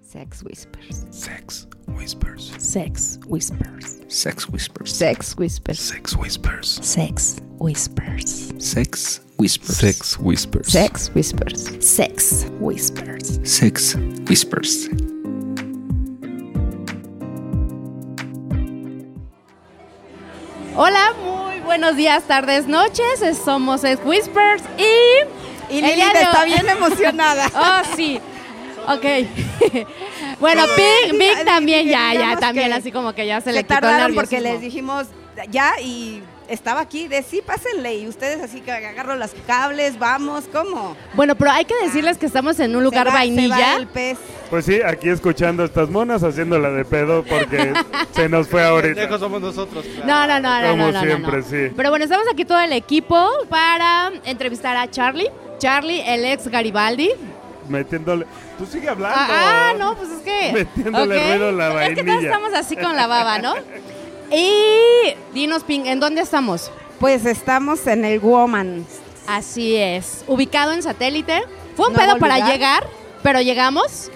Sex Whispers. Sex Whispers. Sex Whispers. Sex Whispers. Sex Whispers. Sex Whispers. Sex Whispers. Sex Whispers. Sex Whispers. Sex Whispers. Sex Whispers. Sex Whispers. Hola, muy buenos días, tardes, noches. Somos Sex Whispers y. Y el Lili día de está hoy- bien emocionada. Oh, sí. Ok. bueno, Pig, diga- Pig también, ya, ya, digamos también, que así como que ya se, Se, le quitó el tardaron porque nerviosismo. les dijimos ya y estaba aquí de sí, pásenle. Y ustedes así que agarro los cables, vamos, ¿cómo? Bueno, pero hay que decirles que estamos en un lugar Se va- Se va vainilla. el pez. Pues sí, aquí escuchando a estas monas haciéndola de pedo porque se nos fue ahorita. Lejos somos nosotros. No, no, no, no, Como no, no, no, siempre, no. sí. Pero bueno, estamos aquí todo el equipo para entrevistar a Charlie. Charlie, el ex Garibaldi. Metiéndole. Tú sigue hablando. Ah, ah, no, pues es que. Metiéndole Ok. ruido a la Es que todos vainilla. estamos así con la baba, ¿no? Y dinos, Ping, ¿en dónde estamos? Pues estamos en el Woman. Así es. Ubicado en satélite. Fue un Nuevo pedo para lugar. llegar, pero llegamos.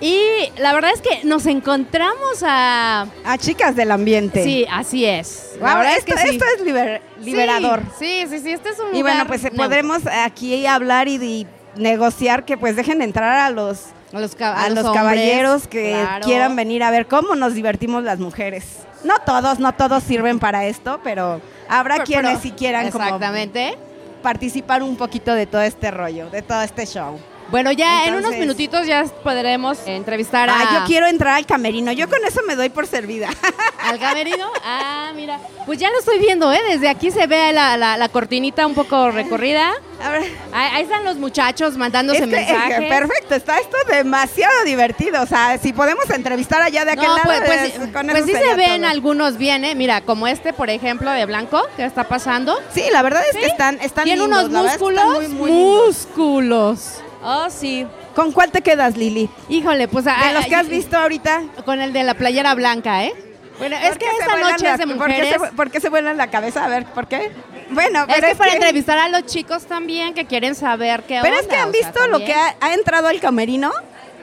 Y la verdad es que nos encontramos a. A chicas del ambiente. Sí, así es. Wow, La verdad esto, es que sí. esto es liber- Sí, liberador. Sí, sí, sí, este es un Y bueno, lugar pues eh, neutro. podremos aquí hablar y, y negociar que pues dejen entrar a los A los, cab- a, a los, hombres, caballeros que claro. quieran venir a ver cómo nos divertimos las mujeres. No todos, no todos sirven para esto, pero habrá Pero- quienes pero- sí quieran como Exactamente. participar un poquito de todo este rollo, de todo este show. Bueno, ya en unos Entonces- minutitos ya podremos entrevistar a. Ah, yo quiero entrar al camerino, yo con eso me doy por servida. ¿Al camerino? Ah, mira. Pues ya lo estoy viendo, ¿eh? Desde aquí se ve la, la- la cortinita un poco recorrida. A ver, Ahí, ahí están los muchachos mandándose es que- es que mensajes. Este, perfecto, está esto demasiado divertido. O sea, si podemos entrevistar allá de aquel No, lado, pues, pues, es- con pues eso sí se sería ven todo. algunos bien, ¿eh? Mira, como este, por ejemplo, de blanco, que está pasando. Sí, la verdad es que están, están Tiene lindos, unos la verdad es que están músculos. muy, muy lindos. músculos. Oh, sí. ¿Con cuál te quedas, Lili? Híjole, pues... De los que has visto ahorita. Con el de la playera blanca, ¿eh? Bueno, es ¿Por que qué se esta vuelan noche la- es de ¿por qué, mujeres. se, vu- por qué se vuelan la cabeza? A ver, ¿por qué? Bueno, Es pero que es para que, entrevistar a los chicos también que quieren saber qué pero es onda, que han o sea, visto lo que también. ha, ha entrado al camerino.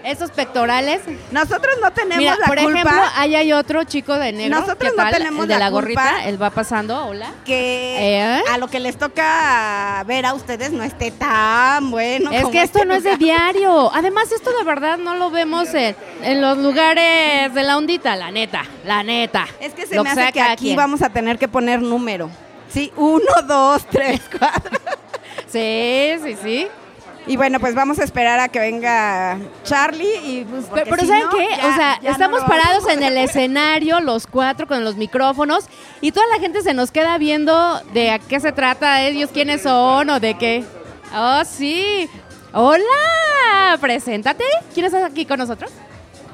Esos pectorales. Nosotros no tenemos Mira, la por culpa ejemplo, ahí hay otro chico de negro. Nosotros que no va, el- tenemos el de la la, gorrita. culpa. Él va pasando, hola. que ¿Eh? a lo que les toca ver a ustedes no esté tan bueno. es como que esto este no es de lugar. diario. Además, esto de verdad no lo vemos en, en los lugares de la ondita, la neta, la neta. Es que se Lo me hace sea que cada aquí quien. vamos a tener que poner número. Sí, uno, dos, tres, cuatro. Sí, sí, sí. Y bueno, pues vamos a esperar a que venga Charlie y pues, Pero, porque pero si ¿saben no, qué? ya- o sea, ya no estamos lo vamos a parados en el escenario, los cuatro con los micrófonos, y toda la gente se nos queda viendo de a qué se trata, ellos quiénes son o de qué. Oh, sí. Hola, preséntate. ¿Quién está aquí con nosotros?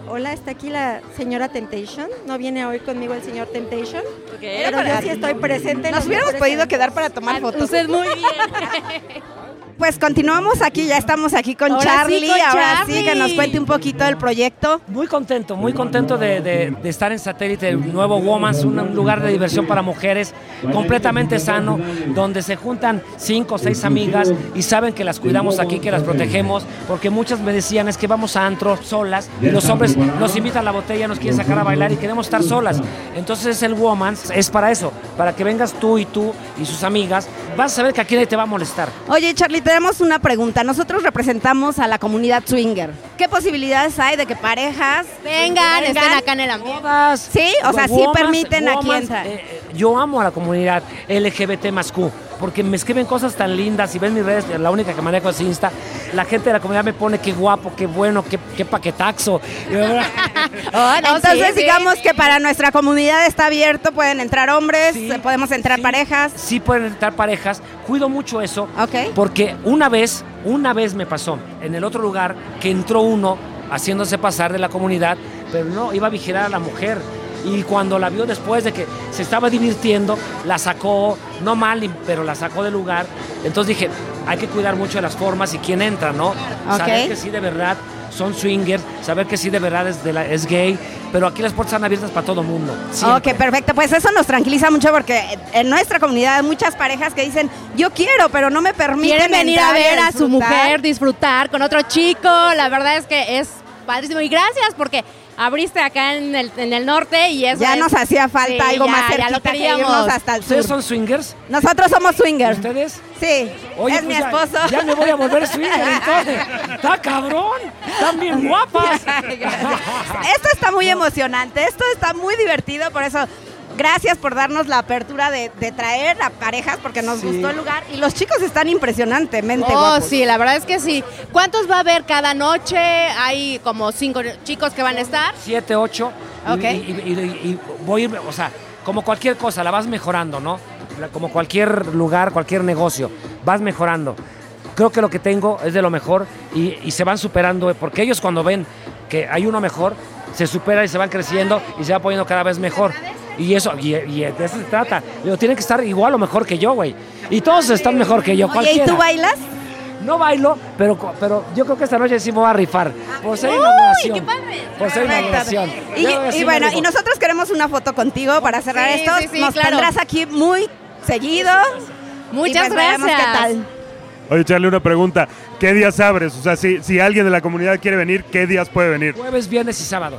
Hola, está aquí la señora Temptation. No viene hoy conmigo el señor Temptation. Era Pero para- yo sí estoy presente. Nos hubiéramos podido quedar para tomar fotos. Usted muy bien. Pues continuamos aquí, ya estamos aquí con Ahora sí, Charlie. con ahora Charlie. sí que nos cuente un poquito del proyecto. Muy contento, muy contento de, de- de estar en Satélite, el nuevo Woman's, un, un lugar de diversión para mujeres completamente sano, donde se juntan cinco o seis amigas y saben que las cuidamos aquí, que las protegemos, porque muchas me decían es que vamos a antro solas y los hombres nos invitan a la botella, nos quieren sacar a bailar y queremos estar solas. Entonces el Woman's es para eso, para que vengas tú y tú y sus amigas, vas a saber que aquí nadie te va a molestar. Oye, Charlie, tenemos una pregunta. Nosotros representamos a la comunidad swinger. ¿Qué posibilidades hay de que parejas Vengan, estén acá en el ambiente. Todas. Sí, o sea, sí Womas- permiten aquí womas, entrar. eh, eh, yo amo a la comunidad LGBT más Q, porque me escriben cosas tan lindas. Si ven mis redes, la única que manejo es Insta. La gente de la comunidad me pone qué guapo, qué bueno, qué, qué paquetaxo. Oh, no, Entonces, sí, sí. digamos que para nuestra comunidad está abierto, pueden entrar hombres, Sí, eh, podemos entrar sí, parejas. Sí pueden entrar parejas. Cuido mucho eso. Ok. Porque una vez, una vez me pasó en el otro lugar que entró uno haciéndose pasar de la comunidad, pero no, iba a vigilar a la mujer. Y cuando la vio después de que se estaba divirtiendo, la sacó, no mal, ni- pero la sacó del lugar. Entonces dije, hay que cuidar mucho de las formas y quién entra, ¿no? Saber que sí de verdad son swingers, saber que sí de verdad es, de la- es gay, pero aquí las puertas están abiertas para todo mundo. siempre. Ok, perfecto. Pues eso nos tranquiliza mucho porque eh, en nuestra comunidad hay muchas parejas que dicen, yo quiero, pero no me permiten. Quieren venir a entrar y ver a su disfrutar". mujer, disfrutar con otro chico. La verdad es que es padrísimo. Y gracias porque abriste acá en el, en el norte y eso Ya es- nos hacía falta Sí, algo ya, más ya lo cerquita que queríamos. irnos hasta el sur. ¿Ustedes son swingers? Nosotros somos swingers. ¿Ustedes? Sí, Oye, es pues mi ya- esposo. Ya, me voy a volver swinger entonces. ¡Está cabrón! ¡Están bien guapas! Esto está muy emocionante, esto está muy divertido, por eso gracias por darnos la apertura de, de traer a parejas porque nos Sí. gustó el lugar y los chicos están impresionantemente Oh, guapos. sí, la verdad es que sí. ¿Cuántos va a haber cada noche? Hay como cinco chicos que van a estar. Siete, ocho. y- Ok. Y, y- y- y voy a irme, o sea, como cualquier cosa, la vas mejorando, ¿no? La- Como cualquier lugar, cualquier negocio, vas mejorando. Creo que lo que tengo es de lo mejor y, y se van superando, eh, porque ellos cuando ven que hay uno mejor, se supera y se van creciendo y se va poniendo cada vez mejor. Y eso, y, y de eso se trata. Digo, tienen que estar igual o mejor que yo, güey. Y todos están mejor que yo, Oye, ¿y cualquiera. tú bailas? No bailo, pero, co- pero yo creo que esta noche sí me voy a rifar. Por ser ¡Uy, inauguración. qué padre! Por Perfecto. ser inauguración. Y, Yo y sí me bueno, rifo. y nosotros queremos una foto contigo para cerrar Sí, esto. sí, sí, nos claro. tendrás aquí muy seguido. Muchas y pues veremos gracias. qué tal. Oye, Charlie, una pregunta. ¿Qué días abres? O sea, si, si alguien de la comunidad quiere venir, ¿qué días puede venir? Jueves, viernes y sábado.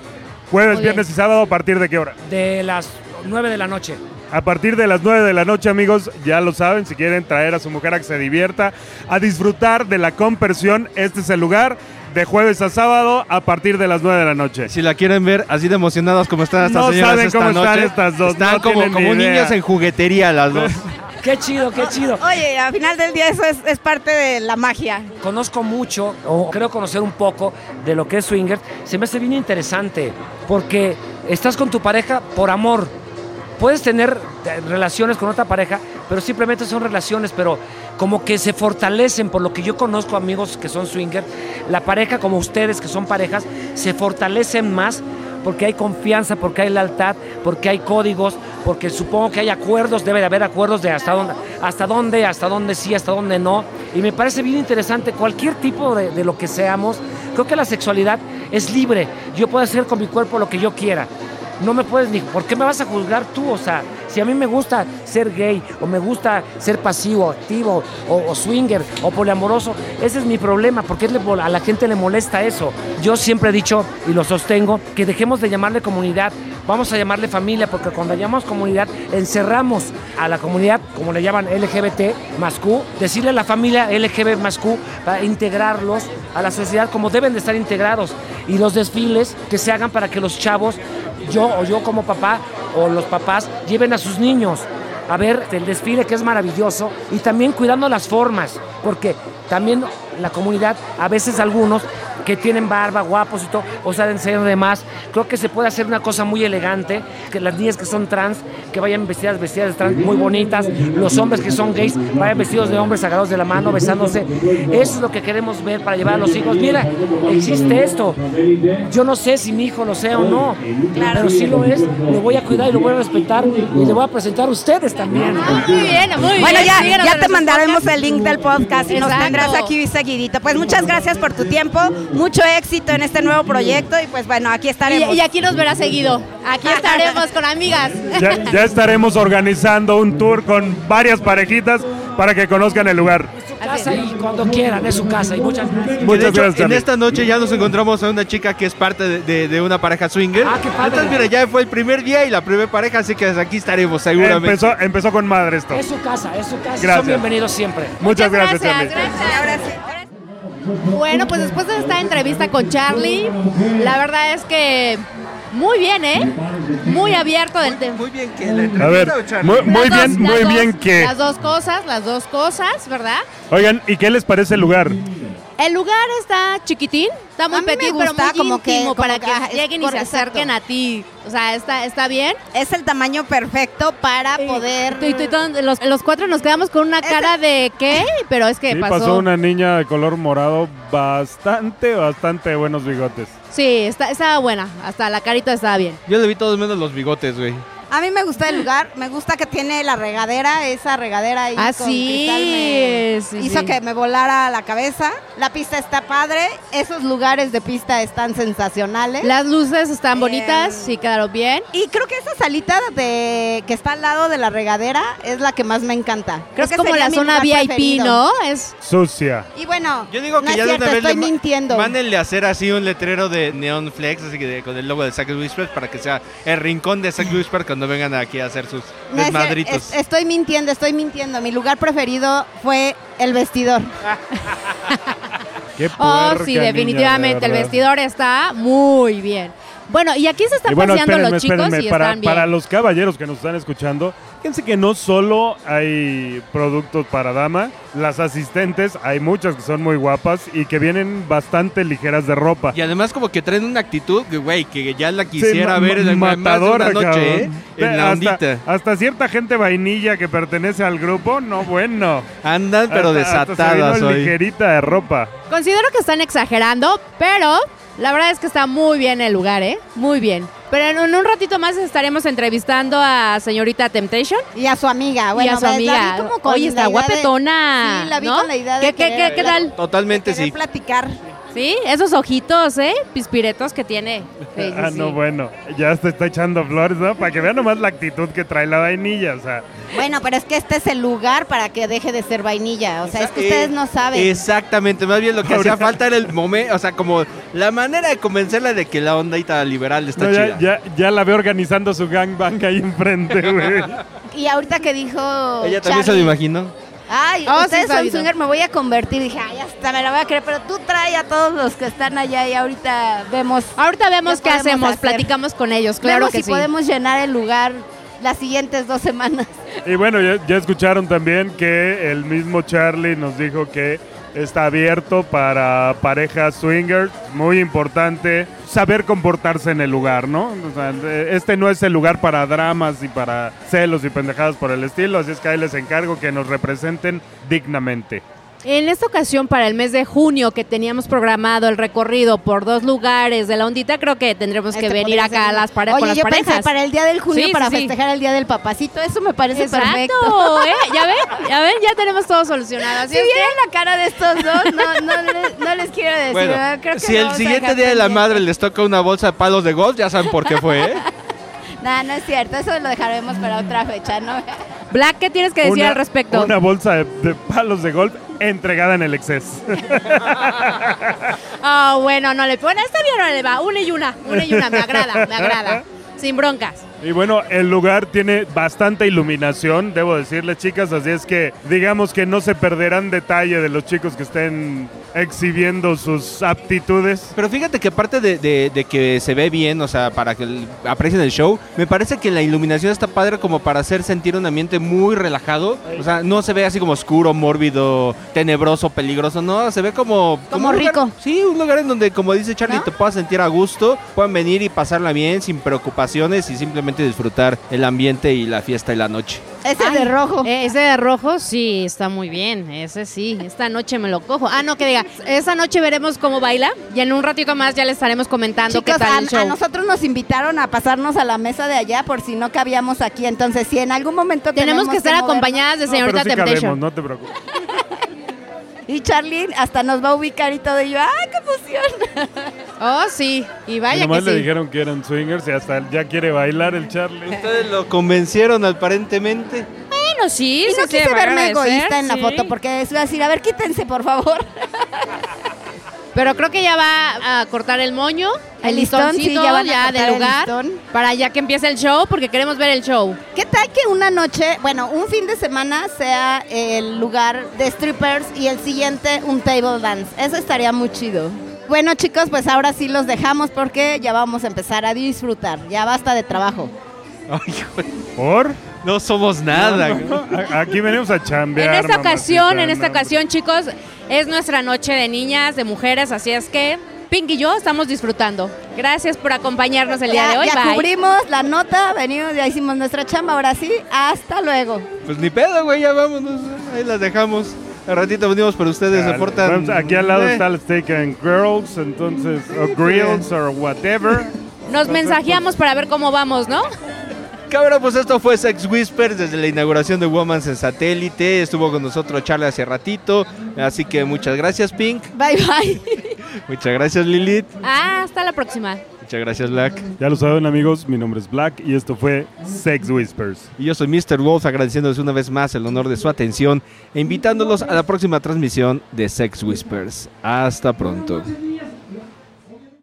Jueves, Muy viernes y sábado, ¿a partir de qué hora? De las 9 de la noche. A partir de las 9 de la noche, amigos, ya lo saben, si quieren traer a su mujer a que se divierta, a disfrutar de la compersión, este es el lugar, de jueves a sábado, a partir de las 9 de la noche. Si la quieren ver así de emocionadas como están estas No señoras saben esta cómo noche, están estas dos, están no como, tienen como ni idea. niños en juguetería las dos. Qué chido, qué chido. Oye, al final del día eso es, es parte de la magia. Conozco mucho, o creo conocer un poco de lo que es swinger. Se me hace bien interesante, porque estás con tu pareja por amor. Puedes tener eh, relaciones con otra pareja, pero simplemente son relaciones, pero como que se fortalecen, por lo que yo conozco amigos que son swingers, la pareja como ustedes que son parejas, se fortalecen más porque hay confianza, porque hay lealtad, porque hay códigos, porque supongo que hay acuerdos, debe de haber acuerdos de hasta dónde, hasta dónde, hasta dónde sí, hasta dónde no. Y me parece bien interesante cualquier tipo de, de lo que seamos. Creo que la sexualidad es libre. Yo puedo hacer con mi cuerpo lo que yo quiera. No me puedes ni, ¿por qué me vas a juzgar tú? O sea, si a mí me gusta ser gay, o me gusta ser pasivo, activo, o, o swinger, o poliamoroso, ese es mi problema, porque le- a la gente le molesta eso. Yo siempre he dicho, y lo sostengo, que dejemos de llamarle comunidad, vamos a llamarle familia, porque cuando llamamos comunidad, encerramos a la comunidad, como le llaman LGBT más Q, decirle a la familia LGBT más Q para integrarlos a la sociedad como deben de estar integrados. Y los desfiles que se hagan para que los chavos yo o yo como papá o los papás lleven a sus niños a ver el desfile que es maravilloso y también cuidando las formas, porque también la comunidad, a veces algunos que tienen barba, guapos y todo, o sea, enseñan de más, creo que se puede hacer una cosa muy elegante, que las niñas que son trans, que vayan vestidas, vestidas de trans muy bonitas, los hombres que son gays, vayan vestidos de hombres agarrados de la mano, besándose, eso es lo que queremos ver para llevar a los hijos, mira, existe esto, yo no sé si mi hijo lo sea o no, pero si lo es, lo voy a cuidar y lo voy a respetar y le voy a presentar a ustedes también. Ah, muy bien, muy bien. Bueno, ya, Síguenos ya en te nuestros mandaremos podcasts. el link del podcast y nos Exacto. tendrás aquí seguidito. Pues muchas gracias por tu tiempo, mucho éxito en este nuevo proyecto y pues bueno, aquí estaremos. Y, y aquí nos verás seguido. Aquí estaremos con amigas. Ya, ya estaremos organizando un tour con varias parejitas para que conozcan el lugar. su casa y cuando quieran, es su casa. Y muchas gracias. Muchas De hecho, gracias. En Charlie. esta noche ya nos encontramos a una chica que es parte de, de- de una pareja swinger. Ah, qué padre. Entonces, mira, ya fue el primer día y la primera pareja, así que desde aquí estaremos seguramente. Empezó, empezó con madre esto. Es su casa, es su casa. Gracias. Son bienvenidos siempre. Muchas gracias, Charlie. gracias. Bueno, pues después de esta entrevista con Charlie, la verdad es que muy bien, ¿eh? Muy abierto del tema. Muy bien, que la A ver, entrevista, o Charlie? muy, muy Las bien, dos- las muy dos- bien que... Las dos cosas, las dos cosas, ¿verdad? Oigan, ¿y qué les parece el lugar? El lugar está chiquitín, está muy A mí me petit, gusta, pero muy como que- íntimo como para que- que, ajá, es lleguen y se correcto. acerquen a ti. O sea, está, está bien. Eh, Es el tamaño perfecto para poder... Tu- tu- tu- los, los cuatro nos quedamos con una cara de ¿qué? Pero es que Sí, pasó. pasó una niña de color morado bastante, bastante buenos bigotes. Sí, está, estaba buena. Hasta la carita estaba bien. Yo le vi todos menos los bigotes, güey. A mí me gusta el lugar, me gusta que tiene la regadera, esa regadera ahí Ah, con sí, cristal me sí, hizo sí. que me volara la cabeza. La pista está padre, esos lugares de pista están sensacionales. Las luces están bonitas, Em, sí quedaron bien. y creo que esa salita de que está al lado de la regadera es la que más me encanta. Creo es que como sería la mi zona lugar VIP, preferido. ¿no? Es Sucia. Y bueno, Yo digo que no ya es cierto, de una vez estoy le ma- mintiendo. mándenle a hacer así un letrero de Neon Flex, así que de- con el logo de Zack Whisper para que sea el rincón de Zack Whisper cuando vengan aquí a hacer sus No es cier- desmadritos. es- estoy mintiendo, estoy mintiendo. Mi lugar preferido fue el vestidor. Qué Oh, puerca, sí, niña, de definitivamente. el verdad. vestidor está muy bien. Bueno, y aquí se están Y bueno, paseando espérenme, los chicos espérenme, y para, están bien. para los caballeros que nos están escuchando, fíjense que no solo hay productos para dama, las asistentes, hay muchas que son muy guapas y que vienen bastante ligeras de ropa. Y además como que traen una actitud, que, güey, que ya la Sí, quisiera ma- ver en ma- más de una noche, ¿eh? cabrón. En la Hasta- ondita. Hasta, cierta gente vainilla que pertenece al grupo, no bueno. Andan pero Hasta- hasta se desatadas vino hoy. ligerita de ropa. Considero que están exagerando, pero la verdad es que está muy bien el lugar, ¿eh? Muy bien. Pero en un, un ratito más estaremos entrevistando a señorita Temptation Y a su amiga, Ah, bueno, y a su ves, la vi amiga. como con Oye, la está idea de- guapetona. Sí, la vi ¿no? con la idea de ¿Qué, qué, querer- qué, qué tal? Totalmente querer Este sí. platicar. Sí, esos ojitos, ¿eh? Pispiretos que tiene. Sí, sí, Ah, no, sí. bueno, ya se está echando flores, ¿no? Para que vean nomás la actitud que trae la vainilla, o sea. Bueno, pero es que este es el lugar para que deje de ser vainilla. O sea, es que ustedes Eh, no saben. Exactamente, más bien lo que Ahorita- hacía falta era el momento, o sea, como la manera de convencerla de que la ondita liberal está No, ya, chida. ya, ya la ve organizando su gangbang ahí enfrente, güey. Y ahorita que dijo. Ella también se lo Charlie, imaginó. Ay, Oh, sí, ustedes son sabido. swinger, me voy a convertir. Dije, ay, hasta me la voy a creer, pero tú trae a todos los que están allá y ahorita vemos. Ahorita vemos qué, ¿Qué podemos hacemos, hacer? platicamos con ellos, claro vemos que si sí. podemos llenar el lugar las siguientes dos semanas. Y bueno, ya, ya escucharon también que el mismo Charlie nos dijo que está abierto para parejas swingers. Muy importante saber comportarse en el lugar, ¿no? O sea, eh, este no es el lugar para dramas y para celos y pendejadas por el estilo, así es que ahí les encargo que nos representen dignamente. En esta ocasión, para el mes de junio, que teníamos programado el recorrido por dos lugares de la ondita, creo que tendremos que Este venir podría acá ser a un- las pare- Oye, con las yo parejas. pensé para el día del junio Sí, sí, para sí. festejar el día del papacito. Eso me parece Exacto, perfecto. ¿eh? ¿Ya ven? ¿Ya ven? Ya tenemos todo solucionado. Así Si es que- vieron la cara de estos dos, no, no, les, no les quiero decir. Bueno, ¿verdad? Creo que si lo el vamos a siguiente dejar día de la pendiente. madre les toca una bolsa de palos de golf, ya saben por qué fue, ¿eh? No, no es cierto. Eso lo dejaremos para otra fecha, ¿no? Black, ¿qué tienes que decir al respecto? una bolsa de, de palos de golf entregada en el exceso. Ah, bueno, no le Bueno, está bien, no le va. Una y una, una y una. Me agrada, me agrada. Sin broncas. Y bueno, el lugar tiene bastante iluminación, debo decirles, chicas, así es que digamos que no se perderán detalle de los chicos que estén exhibiendo sus aptitudes. Pero fíjate que aparte de, de- de que se ve bien, o sea, para que l- aprecien el show, me parece que la iluminación está padre como para hacer sentir un ambiente muy relajado. O sea, no se ve así como oscuro, mórbido, tenebroso, peligroso, no, se ve como... Como un lugar- rico. sí, un lugar en donde, como dice Charlie, ¿No? te puedas sentir a gusto, puedan venir y pasarla bien sin preocupaciones y simplemente disfrutar el ambiente y la fiesta y la noche. Ese Ay, de rojo. eh, ese de rojo sí está muy bien, ese sí, esta noche me lo cojo. Ah, no, que diga, esa noche veremos cómo baila y en un ratito más ya le estaremos comentando Chicos, qué tal el a, a show. nosotros nos invitaron a pasarnos a la mesa de allá por si no cabíamos aquí. Entonces, si en algún momento Tenemos, tenemos que estar movernos- acompañadas de No, pero señorita sí Temptation. cabemos, no te preocupes. Y Charlie hasta nos va a ubicar y todo. Y yo, ¡ay, qué emoción! Oh, sí, y Y vaya que nomás le sí. dijeron que eran swingers y hasta ya quiere bailar el Charlie. Ustedes lo convencieron aparentemente. Bueno, sí, Y se no quise te va a verme agradecer, egoísta en la sí. foto porque es decir, a ver, quítense, por favor. Pero creo que ya va a cortar el moño, el, El listón, sí, listoncito ya ya, van a cortar del el lugar, listón. para ya que empiece el show, porque queremos ver el show. ¿Qué tal que una noche, bueno, un fin de semana sea el lugar de strippers y el siguiente un table dance? Eso estaría muy chido. Bueno, chicos, pues ahora sí los dejamos porque ya vamos a empezar a disfrutar. Ya basta de trabajo. Ay, güey, ¿Por? no somos nada. güey. A- Aquí venimos a chambear. en esta mamacita, ocasión, en esta no. ocasión, chicos, es nuestra noche de niñas, de mujeres, así es que Pink y yo estamos disfrutando. Gracias por acompañarnos el día ya, de hoy. ya Bye. cubrimos la nota, venimos, ya hicimos nuestra chamba, ahora sí, hasta luego. Pues ni pedo, güey, ya vámonos. Ahí las dejamos. Al ratito venimos por ustedes, se Dale, portan- vamos, Aquí al lado Eh, está el Steak and Girls, entonces, o Grills, o whatever. Nos mensajeamos para ver cómo vamos, ¿no? Cabrón, pues esto fue Sex Whispers desde la inauguración de Woman's en Satélite. Estuvo con nosotros Charlie hace ratito. Así que muchas gracias, Pink. Bye bye. Muchas gracias, Lilith. Ah, hasta la próxima. Muchas gracias, Black. Ya lo saben amigos, mi nombre es Black y esto fue Sex Whispers. Y yo soy Mr. Wolf, agradeciéndoles una vez más el honor de su atención e invitándolos a la próxima transmisión de Sex Whispers. Hasta pronto.